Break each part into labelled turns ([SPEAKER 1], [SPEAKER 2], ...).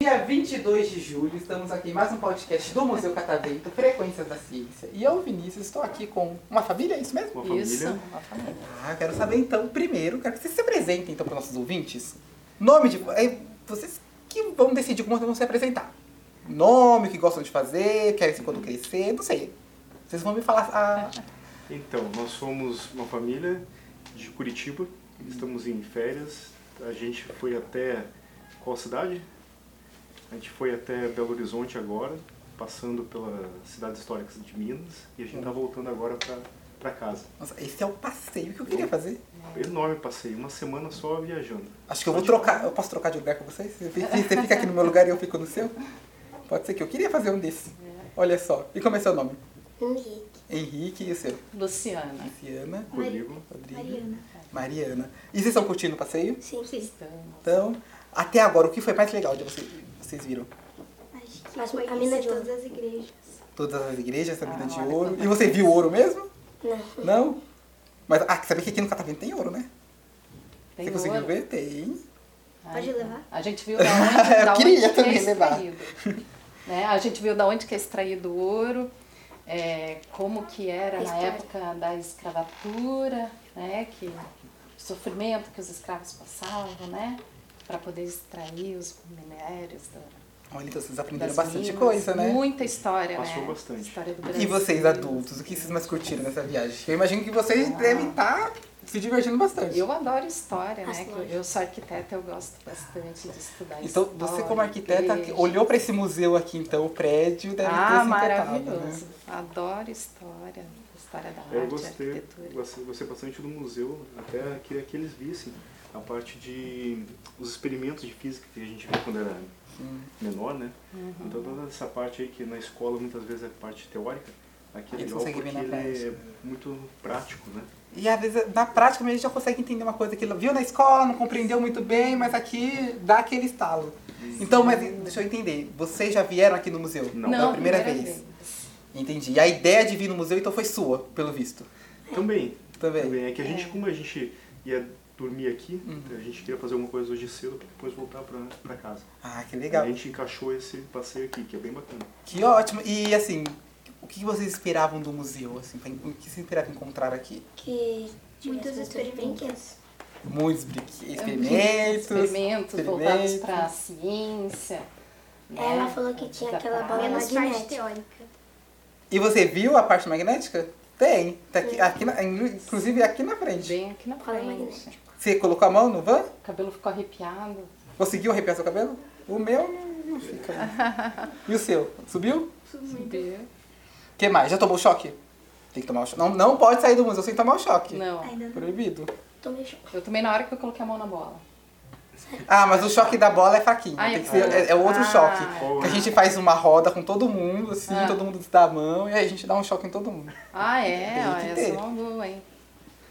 [SPEAKER 1] Dia 22 de julho, estamos aqui em mais um podcast do Museu Catavento, Frequências da Ciência. E eu, Vinícius, estou aqui com uma família, é isso mesmo?
[SPEAKER 2] Uma
[SPEAKER 3] Isso.
[SPEAKER 2] família.
[SPEAKER 1] Uma família. Ah, quero saber então, primeiro, quero que vocês se apresentem então para nossos ouvintes. Nome de. é, vocês que vão decidir como vão se apresentar. Nome, o que gostam de fazer, querem se quando crescer, não sei. Vocês vão me falar ah, a.
[SPEAKER 2] Então, nós somos uma família de Curitiba, estamos em férias. A gente foi até qual cidade? A gente foi até Belo Horizonte agora, passando pelas cidades históricas de Minas, e a gente está voltando agora para casa.
[SPEAKER 1] Nossa, esse é o passeio que eu queria fazer.
[SPEAKER 2] Enorme passeio, uma semana só viajando.
[SPEAKER 1] Acho que eu vou trocar. Eu posso trocar de lugar com vocês? Você fica- Você fica aqui no meu lugar e eu fico no seu? Pode ser que eu queria fazer um desses. Olha só. E como é seu nome?
[SPEAKER 4] Henrique.
[SPEAKER 1] Henrique e o seu?
[SPEAKER 3] Luciana.
[SPEAKER 1] Luciana.
[SPEAKER 2] Comigo,
[SPEAKER 1] Rodrigo. Mariana. E vocês estão curtindo o passeio?
[SPEAKER 4] Sim. Sim.
[SPEAKER 1] Então, até agora, o que foi mais legal de vocês, vocês viram?
[SPEAKER 4] Mas a mina de todas as
[SPEAKER 1] Todas as igrejas, a mina
[SPEAKER 3] Ah,
[SPEAKER 1] de
[SPEAKER 3] olha,
[SPEAKER 1] ouro.
[SPEAKER 3] quanta
[SPEAKER 1] E você viu ouro mesmo?
[SPEAKER 4] Não.
[SPEAKER 1] Não? Mas, ah, sabia que aqui no Catavento tem ouro, né?
[SPEAKER 3] Tem
[SPEAKER 1] você conseguiu
[SPEAKER 3] ouro?
[SPEAKER 1] ver? Tem.
[SPEAKER 3] Ai,
[SPEAKER 4] Pode levar?
[SPEAKER 3] A gente viu da onde,
[SPEAKER 1] Eu
[SPEAKER 3] da onde
[SPEAKER 1] queria
[SPEAKER 3] que é
[SPEAKER 1] também levar.
[SPEAKER 3] extraído. Né? A gente viu da onde que é extraído o ouro, é, como que era
[SPEAKER 4] A
[SPEAKER 3] na
[SPEAKER 4] história.
[SPEAKER 3] época da escravatura, né? Que o sofrimento que os escravos passavam, né? Para poder extrair os minérios da,
[SPEAKER 1] Olha, então vocês aprenderam
[SPEAKER 3] das
[SPEAKER 1] bastante
[SPEAKER 3] minas.
[SPEAKER 1] coisa, né?
[SPEAKER 3] Muita história,
[SPEAKER 2] Passou
[SPEAKER 3] né?
[SPEAKER 2] bastante.
[SPEAKER 3] História do
[SPEAKER 1] E
[SPEAKER 3] Brasil.
[SPEAKER 1] vocês adultos, o que vocês mais curtiram nessa viagem? Eu imagino que vocês devem estar se divertindo bastante.
[SPEAKER 3] Ah. Eu adoro história, né?
[SPEAKER 4] Nossa,
[SPEAKER 3] que
[SPEAKER 4] lógico.
[SPEAKER 3] eu sou arquiteta, eu gosto bastante de estudar
[SPEAKER 1] Então,
[SPEAKER 3] história.
[SPEAKER 1] você como arquiteta que
[SPEAKER 3] igreja.
[SPEAKER 1] olhou para esse museu aqui, então, o prédio deve ter
[SPEAKER 3] Ah,
[SPEAKER 1] se encantado,
[SPEAKER 3] maravilhoso.
[SPEAKER 1] né?
[SPEAKER 3] Adoro história, história da
[SPEAKER 2] Eu
[SPEAKER 3] arte,
[SPEAKER 2] gostei,
[SPEAKER 3] arquitetura.
[SPEAKER 2] gostei, gostei bastante do museu, até queria que eles vissem a parte de os experimentos de física que a gente viu quando era menor, né?
[SPEAKER 1] Uhum.
[SPEAKER 2] Então toda essa parte aí que na escola muitas vezes é parte teórica, aqui é
[SPEAKER 1] Eles
[SPEAKER 2] legal
[SPEAKER 1] conseguem
[SPEAKER 2] porque
[SPEAKER 1] ver
[SPEAKER 2] ele
[SPEAKER 1] na
[SPEAKER 2] é
[SPEAKER 1] prática.
[SPEAKER 2] muito prático, né?
[SPEAKER 1] E às vezes, na prática, a gente já consegue entender uma coisa que ele viu na escola, não compreendeu muito bem, mas aqui dá aquele estalo. Então, mas deixa eu entender, vocês já vieram aqui no museu?
[SPEAKER 2] Não.
[SPEAKER 1] pela primeira, vez. Entendi. E a ideia de vir no museu, então, foi sua, pelo visto.
[SPEAKER 2] Também,
[SPEAKER 1] Também.
[SPEAKER 2] também é que a gente, como a gente ia dormir aqui,
[SPEAKER 1] Uhum.
[SPEAKER 2] a gente queria fazer alguma coisa hoje cedo para depois voltar para casa.
[SPEAKER 1] Ah, que legal.
[SPEAKER 2] A gente encaixou esse passeio aqui, que é bem bacana.
[SPEAKER 1] Que ótimo. E assim, o que vocês esperavam do museu? Assim, pra- o que vocês esperavam encontrar aqui?
[SPEAKER 4] Que
[SPEAKER 5] Muitos
[SPEAKER 4] experimentos.
[SPEAKER 1] Muitos brinque- experimentos.
[SPEAKER 3] Experimentos, voltados
[SPEAKER 1] experimentos.
[SPEAKER 3] para a ciência. né?
[SPEAKER 4] Ela falou que tinha
[SPEAKER 3] Da
[SPEAKER 4] aquela bola
[SPEAKER 3] prática.
[SPEAKER 5] Menos parte
[SPEAKER 4] magnética.
[SPEAKER 5] teórica.
[SPEAKER 1] E você viu a parte magnética? Tem. Tá aqui, aqui na- inclusive aqui na frente.
[SPEAKER 3] Bem aqui na
[SPEAKER 4] Cola
[SPEAKER 3] frente. tipo,
[SPEAKER 4] magnética.
[SPEAKER 1] Você colocou a mão no van?
[SPEAKER 3] O cabelo ficou arrepiado.
[SPEAKER 1] Conseguiu arrepiar seu cabelo? O meu não não fica. né? E o seu? Subiu?
[SPEAKER 3] Subiu.
[SPEAKER 1] O que mais? Já tomou choque? Tem que tomar o choque. Não, não pode sair do museu sem tomar o choque.
[SPEAKER 3] Não,
[SPEAKER 4] Ainda não.
[SPEAKER 1] Proibido.
[SPEAKER 4] Tomei choque.
[SPEAKER 3] eu tomei na hora que eu coloquei a mão na bola.
[SPEAKER 1] Ah, mas o choque da bola é fraquinho.
[SPEAKER 3] Ah,
[SPEAKER 1] tem
[SPEAKER 3] é
[SPEAKER 1] que ser- é, é outro
[SPEAKER 3] Ah.
[SPEAKER 1] choque.
[SPEAKER 2] Qual
[SPEAKER 1] Que a
[SPEAKER 2] é?
[SPEAKER 1] gente faz uma roda com todo mundo, assim,
[SPEAKER 3] Ah.
[SPEAKER 1] todo mundo dá a mão, e aí a gente dá um choque em todo mundo.
[SPEAKER 3] Ah, é?
[SPEAKER 1] Tem
[SPEAKER 3] Ó,
[SPEAKER 1] que
[SPEAKER 3] essa
[SPEAKER 1] ter.
[SPEAKER 3] é uma boa, hein?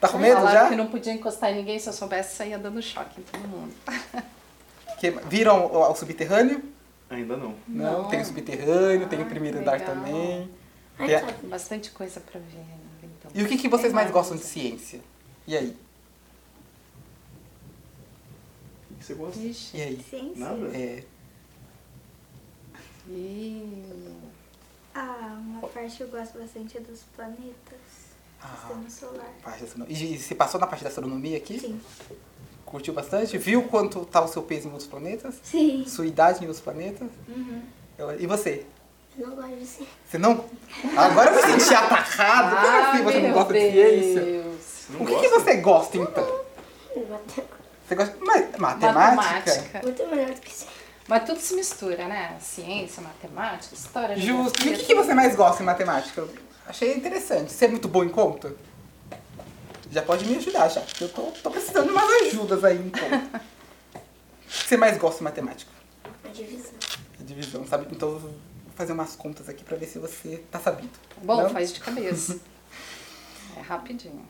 [SPEAKER 1] Tá com medo
[SPEAKER 3] Falaram
[SPEAKER 1] já?
[SPEAKER 3] que não podia encostar em ninguém, se eu soubesse, saía dando choque em todo mundo.
[SPEAKER 1] Que- viram o, o subterrâneo?
[SPEAKER 2] Ainda não.
[SPEAKER 1] Não,
[SPEAKER 3] Não.
[SPEAKER 1] tem o subterrâneo, tem o
[SPEAKER 3] Ah,
[SPEAKER 1] primeiro
[SPEAKER 3] que
[SPEAKER 1] andar
[SPEAKER 3] legal.
[SPEAKER 1] também.
[SPEAKER 4] Ai,
[SPEAKER 1] Tem a-
[SPEAKER 4] sabe?
[SPEAKER 3] Bastante coisa pra ver ainda, então.
[SPEAKER 1] E o que, que vocês
[SPEAKER 3] Tem
[SPEAKER 1] mais
[SPEAKER 3] várias
[SPEAKER 1] gostam de
[SPEAKER 3] coisas.
[SPEAKER 1] ciência? E aí?
[SPEAKER 2] O que você gosta?
[SPEAKER 3] Ixi.
[SPEAKER 1] E aí?
[SPEAKER 5] Ciência.
[SPEAKER 2] Nada?
[SPEAKER 1] É,
[SPEAKER 3] Ih.
[SPEAKER 5] Ah, uma parte que eu gosto bastante é dos planetas.
[SPEAKER 1] ah,
[SPEAKER 5] Sistema solar.
[SPEAKER 1] parte da astronomia. E você passou na parte da astronomia aqui?
[SPEAKER 5] Sim.
[SPEAKER 1] Curtiu bastante? Viu quanto tá o seu peso em outros planetas?
[SPEAKER 5] Sim.
[SPEAKER 1] Sua idade em outros planetas?
[SPEAKER 3] Uhum.
[SPEAKER 1] Eu- E você?
[SPEAKER 4] Eu não gosto de ser.
[SPEAKER 1] Você não. Agora eu me senti atacado. Como assim você não
[SPEAKER 3] Ah, meu
[SPEAKER 1] gosta de
[SPEAKER 3] Deus.
[SPEAKER 1] ciência?
[SPEAKER 2] Não
[SPEAKER 1] O que, que
[SPEAKER 2] gosta?
[SPEAKER 1] você gosta então? Você gosta de ma- matemática?
[SPEAKER 3] Matemática.
[SPEAKER 4] Muito melhor do que ser.
[SPEAKER 3] Mas tudo se mistura, né? Ciência, matemática, história.
[SPEAKER 1] Justo. E o
[SPEAKER 3] geografia,
[SPEAKER 1] que, que você
[SPEAKER 3] tudo.
[SPEAKER 1] mais gosta em matemática? Eu Achei interessante. Você é muito bom em conta? Já pode me ajudar já. porque Eu tô, tô precisando de umas ajudas aí em conta. O que você mais gosta em matemática?
[SPEAKER 4] A divisão.
[SPEAKER 1] Divisão, sabe? Então eu vou fazer umas contas aqui pra ver se você tá sabendo.
[SPEAKER 3] Bom,
[SPEAKER 1] Não?
[SPEAKER 3] faz de cabeça. é rapidinho.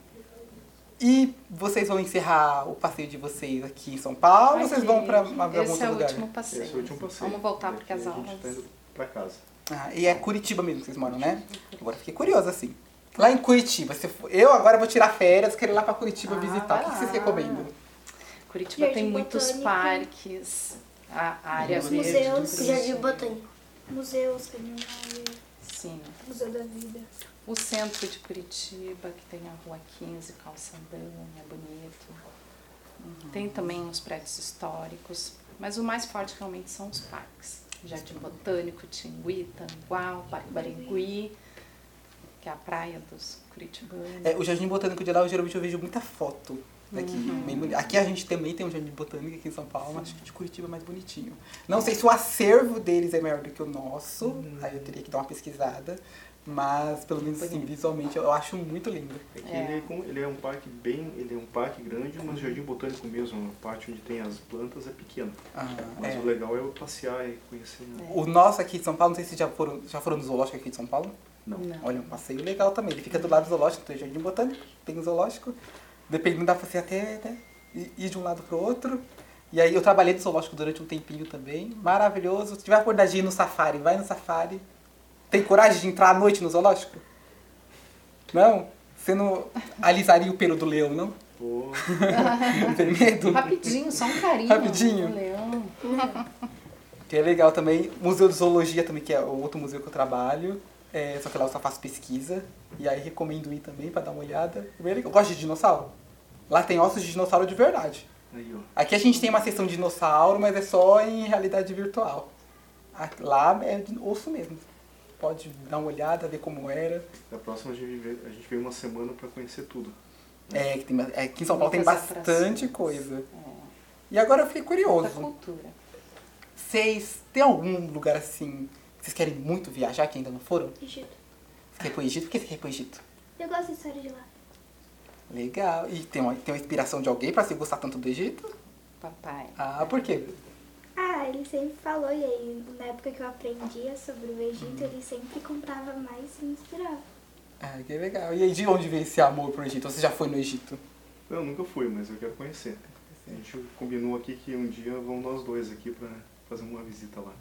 [SPEAKER 1] E vocês vão encerrar o passeio de vocês aqui em São Paulo? ou vocês vão pra pra algum
[SPEAKER 3] Esse
[SPEAKER 1] outro
[SPEAKER 3] é o
[SPEAKER 1] lugar?
[SPEAKER 3] último passeio.
[SPEAKER 2] Esse é o último passeio.
[SPEAKER 3] Vamos voltar porque
[SPEAKER 2] Daqui
[SPEAKER 3] as
[SPEAKER 2] a gente
[SPEAKER 3] aulas.
[SPEAKER 2] tá indo pra casa.
[SPEAKER 1] Ah, e é Curitiba mesmo que vocês moram, né? Agora fiquei curiosa, assim. Lá em Curitiba, se for- eu agora vou tirar férias, quero ir lá pra Curitiba
[SPEAKER 3] Ah,
[SPEAKER 1] visitar. O que que
[SPEAKER 3] vai
[SPEAKER 1] vocês
[SPEAKER 3] lá.
[SPEAKER 1] recomendam?
[SPEAKER 3] Curitiba tem
[SPEAKER 5] Jardim
[SPEAKER 3] muitos
[SPEAKER 5] Botânico.
[SPEAKER 3] parques, a a área
[SPEAKER 1] Os
[SPEAKER 3] verde.
[SPEAKER 5] museus.
[SPEAKER 3] do Brasil.
[SPEAKER 4] Jardim Botânico.
[SPEAKER 5] Museus, animais,
[SPEAKER 3] Sim.
[SPEAKER 5] museu da vida.
[SPEAKER 3] O centro de Curitiba, que tem a Rua 15, Calçadão, é bonito.
[SPEAKER 1] Uhum.
[SPEAKER 3] Tem também os prédios históricos, mas o mais forte realmente são os parques. Jardim Botânico, Tingui, Tangual, Parque Barigui, que é a praia dos curitibanos.
[SPEAKER 1] É, o Jardim Botânico de lá, eu, geralmente eu vejo muita foto daqui.
[SPEAKER 3] Uhum.
[SPEAKER 1] Bem bonito. Aqui a gente também tem um Jardim Botânico aqui em São Paulo, mas acho que de Curitiba é mais bonitinho. Não sei se o acervo deles é maior do que o nosso,
[SPEAKER 3] Uhum.
[SPEAKER 1] aí eu teria que dar uma pesquisada. Mas, pelo menos assim, visualmente, eu acho muito lindo.
[SPEAKER 2] É que
[SPEAKER 3] É.
[SPEAKER 2] Ele, é com- ele é um parque bem, ele é um parque grande, mas o jardim botânico mesmo, a parte onde tem as plantas é pequena.
[SPEAKER 1] Ah,
[SPEAKER 2] Mas
[SPEAKER 1] é.
[SPEAKER 2] o legal é eu passear e conhecer. né?
[SPEAKER 1] O nosso aqui de São Paulo, não sei se já foram, já foram no zoológico aqui de São Paulo?
[SPEAKER 2] Não.
[SPEAKER 1] Olha, um passeio legal também. Ele fica do lado do zoológico, tem um jardim botânico, tem um zoológico. Dependendo, dá pra você até né, ir- ir de um lado pro outro. E aí eu trabalhei no zoológico durante um tempinho também. Maravilhoso. Se tiver oportunidade de ir no safari, vai no safari. Tem coragem de entrar à noite no zoológico? Não? Você não alisaria o pelo do leão, não?
[SPEAKER 3] É.
[SPEAKER 2] Vou-
[SPEAKER 1] Não tem medo?
[SPEAKER 3] Rapidinho, só um carinho.
[SPEAKER 1] É. Rapidinho.
[SPEAKER 3] no Leão.
[SPEAKER 1] Que é legal também. Museu de Zoologia também, que é o outro museu que eu trabalho. É, só que lá eu só faço pesquisa. E aí recomendo ir também pra dar uma olhada. É Bem legal. Gosta de dinossauro? Lá tem ossos de dinossauro de verdade.
[SPEAKER 2] Aí, ó.
[SPEAKER 1] Aqui a gente tem uma seção de dinossauro, mas é só em realidade virtual. A- Lá é de osso mesmo. Pode dar uma olhada, ver como era.
[SPEAKER 2] Da próxima a gente vê, a gente vê uma semana para conhecer tudo.
[SPEAKER 1] É, que tem, ba- é, aqui em São Paulo tem
[SPEAKER 3] Muitas
[SPEAKER 1] bastante
[SPEAKER 3] atrações.
[SPEAKER 1] coisa.
[SPEAKER 3] É,
[SPEAKER 1] E agora eu fiquei
[SPEAKER 3] muita
[SPEAKER 1] curioso.
[SPEAKER 3] cultura.
[SPEAKER 1] Vocês têm algum lugar assim que vocês querem muito viajar que ainda não foram?
[SPEAKER 4] Egito.
[SPEAKER 1] Você quer ir pro Egito? Por que você quer ir pro Egito?
[SPEAKER 5] Eu gosto de história de lá.
[SPEAKER 1] Legal. E tem uma, tem uma inspiração de alguém pra se gostar tanto do Egito?
[SPEAKER 3] Papai.
[SPEAKER 1] Ah, por quê?
[SPEAKER 5] Ah, ele sempre falou, e aí na época que eu aprendia sobre o Egito, ele sempre comprava mais e me inspirava.
[SPEAKER 1] Ah, que legal. E aí, de onde veio esse amor pro Egito? Você já foi no Egito?
[SPEAKER 2] Eu nunca fui, mas eu quero conhecer. A gente combinou aqui que um dia vão nós dois aqui para fazer uma visita lá.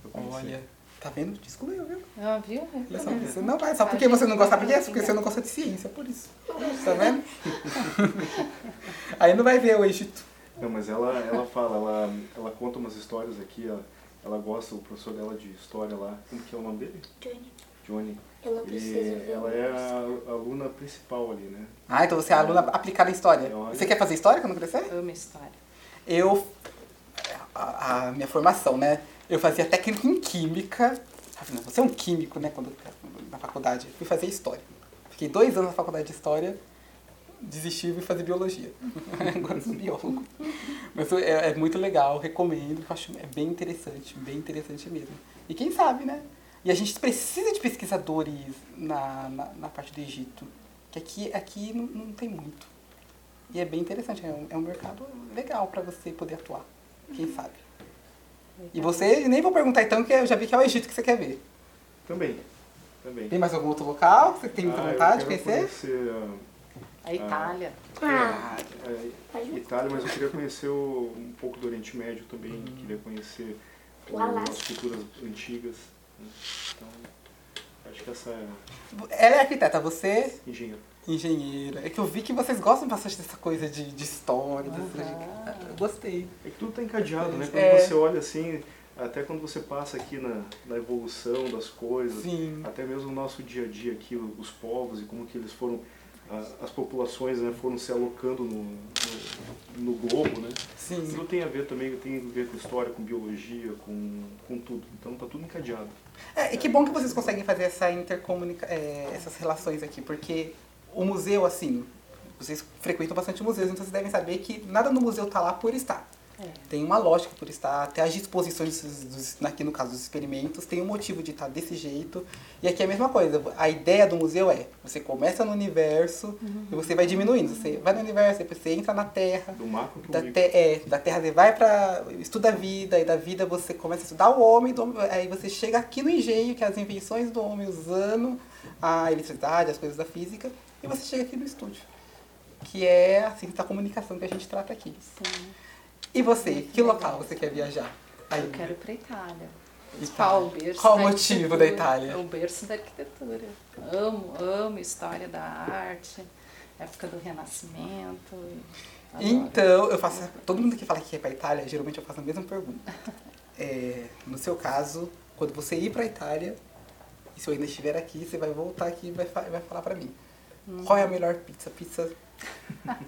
[SPEAKER 2] pra conhecer.
[SPEAKER 1] Olha, tá vendo? Descobriu, viu?
[SPEAKER 3] Ah, viu?
[SPEAKER 1] Olha só, você não vai. Só porque você não gosta de ciência, porque você não gosta de ciência, é por isso. Tá vendo? aí não vai ver o Egito.
[SPEAKER 2] Não, mas ela, ela fala, ela, ela conta umas histórias aqui, ela, ela gosta, o professor dela de história lá, como que é o nome dele?
[SPEAKER 4] Johnny.
[SPEAKER 2] Johnny.
[SPEAKER 4] Eu não preciso
[SPEAKER 2] Ele,
[SPEAKER 4] ver.
[SPEAKER 2] ela é a aluna principal ali, né?
[SPEAKER 1] Ah, então você é aluna aplicada em história.
[SPEAKER 2] Eu acho.
[SPEAKER 1] Você quer fazer história quando crescer?
[SPEAKER 3] Amo história.
[SPEAKER 1] eu a, a minha formação, né? Eu fazia técnico em química. Afinal, você é um químico, né? Quando na faculdade fui fazer história. Fiquei dois anos na faculdade de história, desisti e fui fazer biologia. Agora sou biólogo. Mas eu- é, é muito legal, recomendo. Eu acho é bem interessante, bem interessante mesmo. E quem sabe, né? E a gente precisa de pesquisadores na, na, na parte do Egito, que aqui aqui não, não tem muito. E é bem interessante, é um, é um mercado legal pra você poder atuar, quem sabe. E você, nem vou perguntar então, que eu já vi que é o Egito que você quer ver.
[SPEAKER 2] Também, também.
[SPEAKER 1] Tem mais algum outro local que você tem muita
[SPEAKER 2] Ah, eu
[SPEAKER 1] vontade de
[SPEAKER 2] quero
[SPEAKER 1] conhecer?
[SPEAKER 2] conhecer
[SPEAKER 3] A Itália.
[SPEAKER 2] a,
[SPEAKER 4] Ah, pode
[SPEAKER 2] a
[SPEAKER 4] ver.
[SPEAKER 2] é, Itália, mas eu queria conhecer o- um pouco do Oriente Médio também,
[SPEAKER 1] Hum.
[SPEAKER 2] queria conhecer
[SPEAKER 4] O
[SPEAKER 2] o-
[SPEAKER 4] Alasca.
[SPEAKER 2] as culturas antigas. né? Então, acho que essa é
[SPEAKER 1] Ela é arquiteta, você
[SPEAKER 2] engenheiro.
[SPEAKER 1] engenheira. É que eu vi que vocês gostam bastante dessa coisa de, de história, dessa
[SPEAKER 3] Aham.
[SPEAKER 1] de- Gostei.
[SPEAKER 2] É que tudo está encadeado, né? Quando
[SPEAKER 1] É.
[SPEAKER 2] você olha assim, até quando você passa aqui na, na evolução das coisas,
[SPEAKER 1] Sim.
[SPEAKER 2] até mesmo o nosso dia a dia aqui, o- os povos e como que eles foram, a- as populações né, foram se alocando no, no, no globo, né?
[SPEAKER 1] Sim.
[SPEAKER 2] Tudo tem a ver também, tem a ver com história, com biologia, com, com tudo. Então tá tudo encadeado.
[SPEAKER 1] É, e que bom que vocês conseguem fazer essa intercomunica é, essas relações aqui, porque o museu, assim, vocês frequentam bastante museus, então vocês devem saber que nada no museu tá lá por estar.
[SPEAKER 3] É.
[SPEAKER 1] Tem uma lógica por estar, até as disposições, dos, dos- aqui no caso dos experimentos, tem um motivo de estar desse jeito. E aqui é a mesma coisa, a ideia do museu é, você começa no universo e você vai diminuindo. Você vai no universo, depois você entra na Terra,
[SPEAKER 2] Do macro pro
[SPEAKER 1] da,
[SPEAKER 2] micro.
[SPEAKER 1] te- é, da Terra você vai pra. estuda a vida, e da vida você começa a estudar o homem, do homem- aí você chega aqui no engenho, que é as invenções do homem usando a eletricidade, as coisas da física, e você chega aqui no estúdio. Que é a ciência da comunicação que a gente trata aqui.
[SPEAKER 3] Sim.
[SPEAKER 1] E você, que local você quer viajar? Aí,
[SPEAKER 3] Eu quero ir pra Itália. Principal, o berço
[SPEAKER 1] Qual
[SPEAKER 3] da
[SPEAKER 1] o motivo
[SPEAKER 3] arquitetura.
[SPEAKER 1] da Itália?
[SPEAKER 3] O berço da arquitetura. Amo, amo história da arte, época do Renascimento. adoro.
[SPEAKER 1] Então, eu faço. Todo mundo que fala que é pra Itália, geralmente eu faço a mesma pergunta. É, no seu caso, quando você ir pra Itália, e se eu ainda estiver aqui, você vai voltar aqui e vai, fa- vai falar pra mim.
[SPEAKER 4] Hum.
[SPEAKER 1] Qual é a melhor pizza? Pizza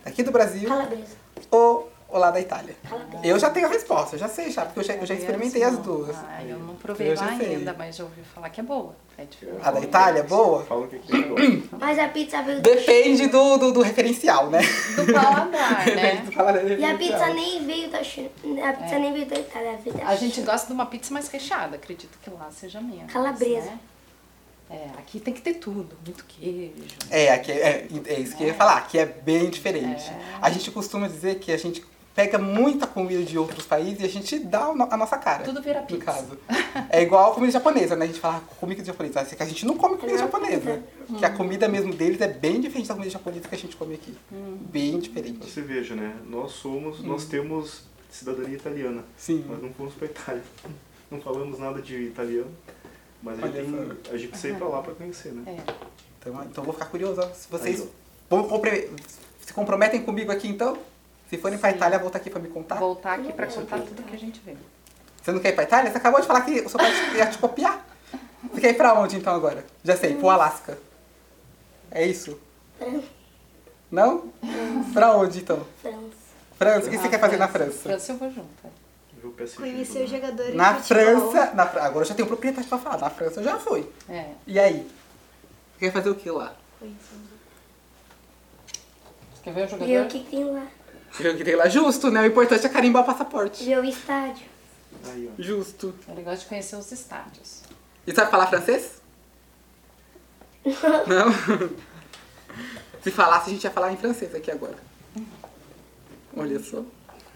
[SPEAKER 1] aqui do Brasil
[SPEAKER 4] Calabresa.
[SPEAKER 1] ou, ou lá da Itália?
[SPEAKER 4] Calabresa.
[SPEAKER 1] Eu já tenho a resposta, eu já sei já, porque eu já, eu já experimentei as duas.
[SPEAKER 3] Ah, eu não provei
[SPEAKER 1] Eu já
[SPEAKER 3] lá
[SPEAKER 1] sei.
[SPEAKER 3] ainda, mas já ouvi falar que é boa. É diferente.
[SPEAKER 1] A da Itália é boa?
[SPEAKER 2] Falam que aqui é igual.
[SPEAKER 4] Mas a pizza veio do
[SPEAKER 1] Depende do, do, do referencial, né?
[SPEAKER 3] Do paladar,
[SPEAKER 1] Depende
[SPEAKER 3] né?
[SPEAKER 1] do paladar
[SPEAKER 4] E a pizza
[SPEAKER 1] referencial.
[SPEAKER 4] nem veio da China. A é pizza nem veio da Itália. Veio da
[SPEAKER 3] A gente
[SPEAKER 4] China.
[SPEAKER 3] gosta de uma pizza mais recheada, acredito que lá seja menos.
[SPEAKER 4] Calabresa.
[SPEAKER 3] né? É, aqui tem que ter tudo, muito queijo. né?
[SPEAKER 1] É, aqui é, é isso que eu ia falar, aqui é bem diferente.
[SPEAKER 3] É.
[SPEAKER 1] A gente costuma dizer que a gente pega muita comida de outros países e a gente dá o no- a nossa cara.
[SPEAKER 3] Tudo vira
[SPEAKER 1] no
[SPEAKER 3] pizza.
[SPEAKER 1] caso. É igual a comida japonesa, né? A gente fala comida japonesa, assim, que a gente não come comida
[SPEAKER 4] É,
[SPEAKER 1] japonesa. Que
[SPEAKER 3] Hum.
[SPEAKER 1] a comida mesmo deles é bem diferente da comida japonesa que a gente come aqui.
[SPEAKER 3] Hum.
[SPEAKER 1] Bem diferente.
[SPEAKER 2] Você veja, né? Nós somos, nós
[SPEAKER 1] Hum.
[SPEAKER 2] temos cidadania italiana,
[SPEAKER 1] Sim.
[SPEAKER 2] mas não fomos pra Itália. Não falamos nada de italiano, mas a gente,
[SPEAKER 1] Olha
[SPEAKER 2] tem, a gente precisa ir pra lá pra conhecer, né?
[SPEAKER 3] É,
[SPEAKER 1] Então, então eu vou ficar curiosa. Se vocês
[SPEAKER 2] Aí,
[SPEAKER 1] vão compre- se comprometem comigo aqui então? Se forem pra
[SPEAKER 3] Sim.
[SPEAKER 1] Itália, volta aqui pra me contar.
[SPEAKER 3] voltar aqui
[SPEAKER 4] Não,
[SPEAKER 3] pra
[SPEAKER 4] não,
[SPEAKER 3] contar
[SPEAKER 4] não.
[SPEAKER 3] tudo que a gente vê.
[SPEAKER 1] Você não quer ir pra Itália? Você acabou de falar que o seu pai ia te copiar. Você quer ir pra onde então agora? Já sei, pro Alasca. É isso?
[SPEAKER 4] Fran-
[SPEAKER 1] Não? Pra onde então?
[SPEAKER 4] França.
[SPEAKER 1] França, o que você
[SPEAKER 3] Ah,
[SPEAKER 1] quer fazer na França?
[SPEAKER 3] França eu vou junto. é.
[SPEAKER 2] Eu vou PSG
[SPEAKER 5] Conhecer os
[SPEAKER 2] jogar.
[SPEAKER 5] jogadores
[SPEAKER 1] Na
[SPEAKER 5] de futebol.
[SPEAKER 1] França. na Fra- agora eu já tenho propriedade pra falar. Na França eu já fui.
[SPEAKER 3] É.
[SPEAKER 1] E aí? Você quer fazer o que lá?
[SPEAKER 3] Você quer ver o jogador?
[SPEAKER 2] Uhum.
[SPEAKER 4] Ver o que tem lá.
[SPEAKER 1] Eu que tem lá justo, né? O importante é carimbar o passaporte.
[SPEAKER 4] Ver o estádio.
[SPEAKER 2] Aí, ó.
[SPEAKER 1] Justo.
[SPEAKER 3] Ele gosta de conhecer os estádios.
[SPEAKER 1] E sabe falar francês? Não? Se falasse, a gente ia falar em francês aqui agora. Olha só.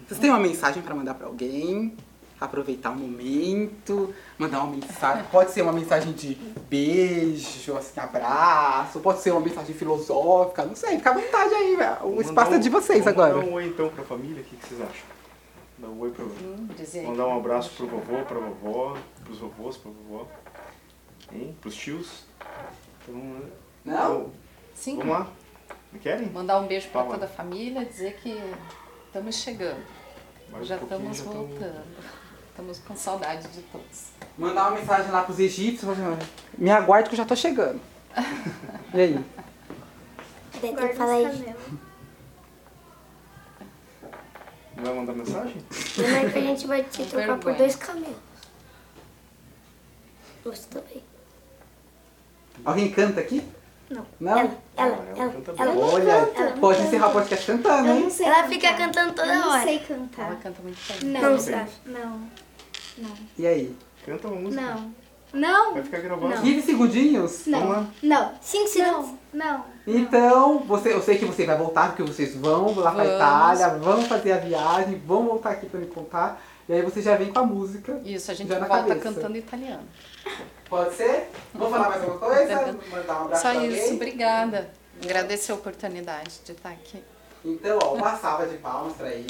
[SPEAKER 1] Vocês têm uma mensagem pra mandar pra alguém? Aproveitar o momento, mandar uma mensagem. Pode ser uma mensagem de beijo, assim, abraço, pode ser uma mensagem filosófica, não sei, fica à vontade aí, velho. o espaço
[SPEAKER 2] Mandar
[SPEAKER 1] é
[SPEAKER 2] um-
[SPEAKER 1] de vocês
[SPEAKER 2] vamos
[SPEAKER 1] agora.
[SPEAKER 2] Mandar um oi então pra família, o que, que vocês acham? Dá um oi pra
[SPEAKER 3] Hum, dizer aí.
[SPEAKER 2] Mandar um abraço pro vovô, pra vovó, pros vovôs, pra vovó, hein? pros tios. Então, né?
[SPEAKER 1] Não?
[SPEAKER 3] Sim.
[SPEAKER 2] Vamos lá. Não querem?
[SPEAKER 3] Mandar um beijo pra
[SPEAKER 2] Tá lá.
[SPEAKER 3] toda a família, dizer que estamos chegando.
[SPEAKER 2] Mais um
[SPEAKER 3] já
[SPEAKER 2] pouquinho,
[SPEAKER 3] estamos
[SPEAKER 2] já tamo-
[SPEAKER 3] voltando. Estamos com saudade de todos.
[SPEAKER 1] Mandar uma mensagem lá pros egípcios, falar assim, me aguarde que eu já tô chegando. E aí?
[SPEAKER 4] Tem
[SPEAKER 5] Guarda
[SPEAKER 4] que
[SPEAKER 5] esse
[SPEAKER 4] falar isso.
[SPEAKER 5] cabelo.
[SPEAKER 2] Não vai mandar mensagem?
[SPEAKER 4] Lembra é que a gente vai se
[SPEAKER 3] Não
[SPEAKER 4] trocar por
[SPEAKER 3] vergonha.
[SPEAKER 4] dois camelos. Você também.
[SPEAKER 1] Alguém canta aqui?
[SPEAKER 5] Não.
[SPEAKER 1] Não?
[SPEAKER 4] Ela,
[SPEAKER 2] Ah, ela
[SPEAKER 4] ela, ela.
[SPEAKER 2] canta
[SPEAKER 4] ela,
[SPEAKER 2] bem.
[SPEAKER 1] Olha,
[SPEAKER 5] Ela
[SPEAKER 1] pode encerrar o podcast cantando,
[SPEAKER 5] Eu
[SPEAKER 1] hein?
[SPEAKER 5] não sei
[SPEAKER 4] Ela
[SPEAKER 5] cantar.
[SPEAKER 4] fica cantando toda
[SPEAKER 5] Eu não
[SPEAKER 4] hora.
[SPEAKER 5] sei
[SPEAKER 3] Ela
[SPEAKER 5] cantar.
[SPEAKER 3] canta muito bem.
[SPEAKER 5] Não,
[SPEAKER 4] Não
[SPEAKER 5] sabe.
[SPEAKER 4] sabe.
[SPEAKER 5] Não.
[SPEAKER 1] E aí?
[SPEAKER 2] Canta uma música.
[SPEAKER 5] Não. Não.
[SPEAKER 2] Vai ficar gravado.
[SPEAKER 5] Não.
[SPEAKER 1] 15 segundinhos?
[SPEAKER 5] Não.
[SPEAKER 2] Vamos lá.
[SPEAKER 5] Não.
[SPEAKER 4] Cinco segundos.
[SPEAKER 5] Não. Não.
[SPEAKER 1] Então, você, eu sei que você vai voltar, porque vocês vão lá pra
[SPEAKER 3] Vamos.
[SPEAKER 1] Itália, vão fazer a viagem, vão voltar aqui pra me contar. E aí você já vem com a música.
[SPEAKER 3] Isso, a gente
[SPEAKER 1] Já na
[SPEAKER 3] volta
[SPEAKER 1] cabeça.
[SPEAKER 3] cantando italiano.
[SPEAKER 1] Pode ser? Vou falar mais alguma coisa? Mandar um abraço
[SPEAKER 3] Só
[SPEAKER 1] pra
[SPEAKER 3] isso,
[SPEAKER 1] alguém?
[SPEAKER 3] obrigada. Agradecer a oportunidade de estar aqui.
[SPEAKER 1] Então, ó, uma salva de palmas pra ele.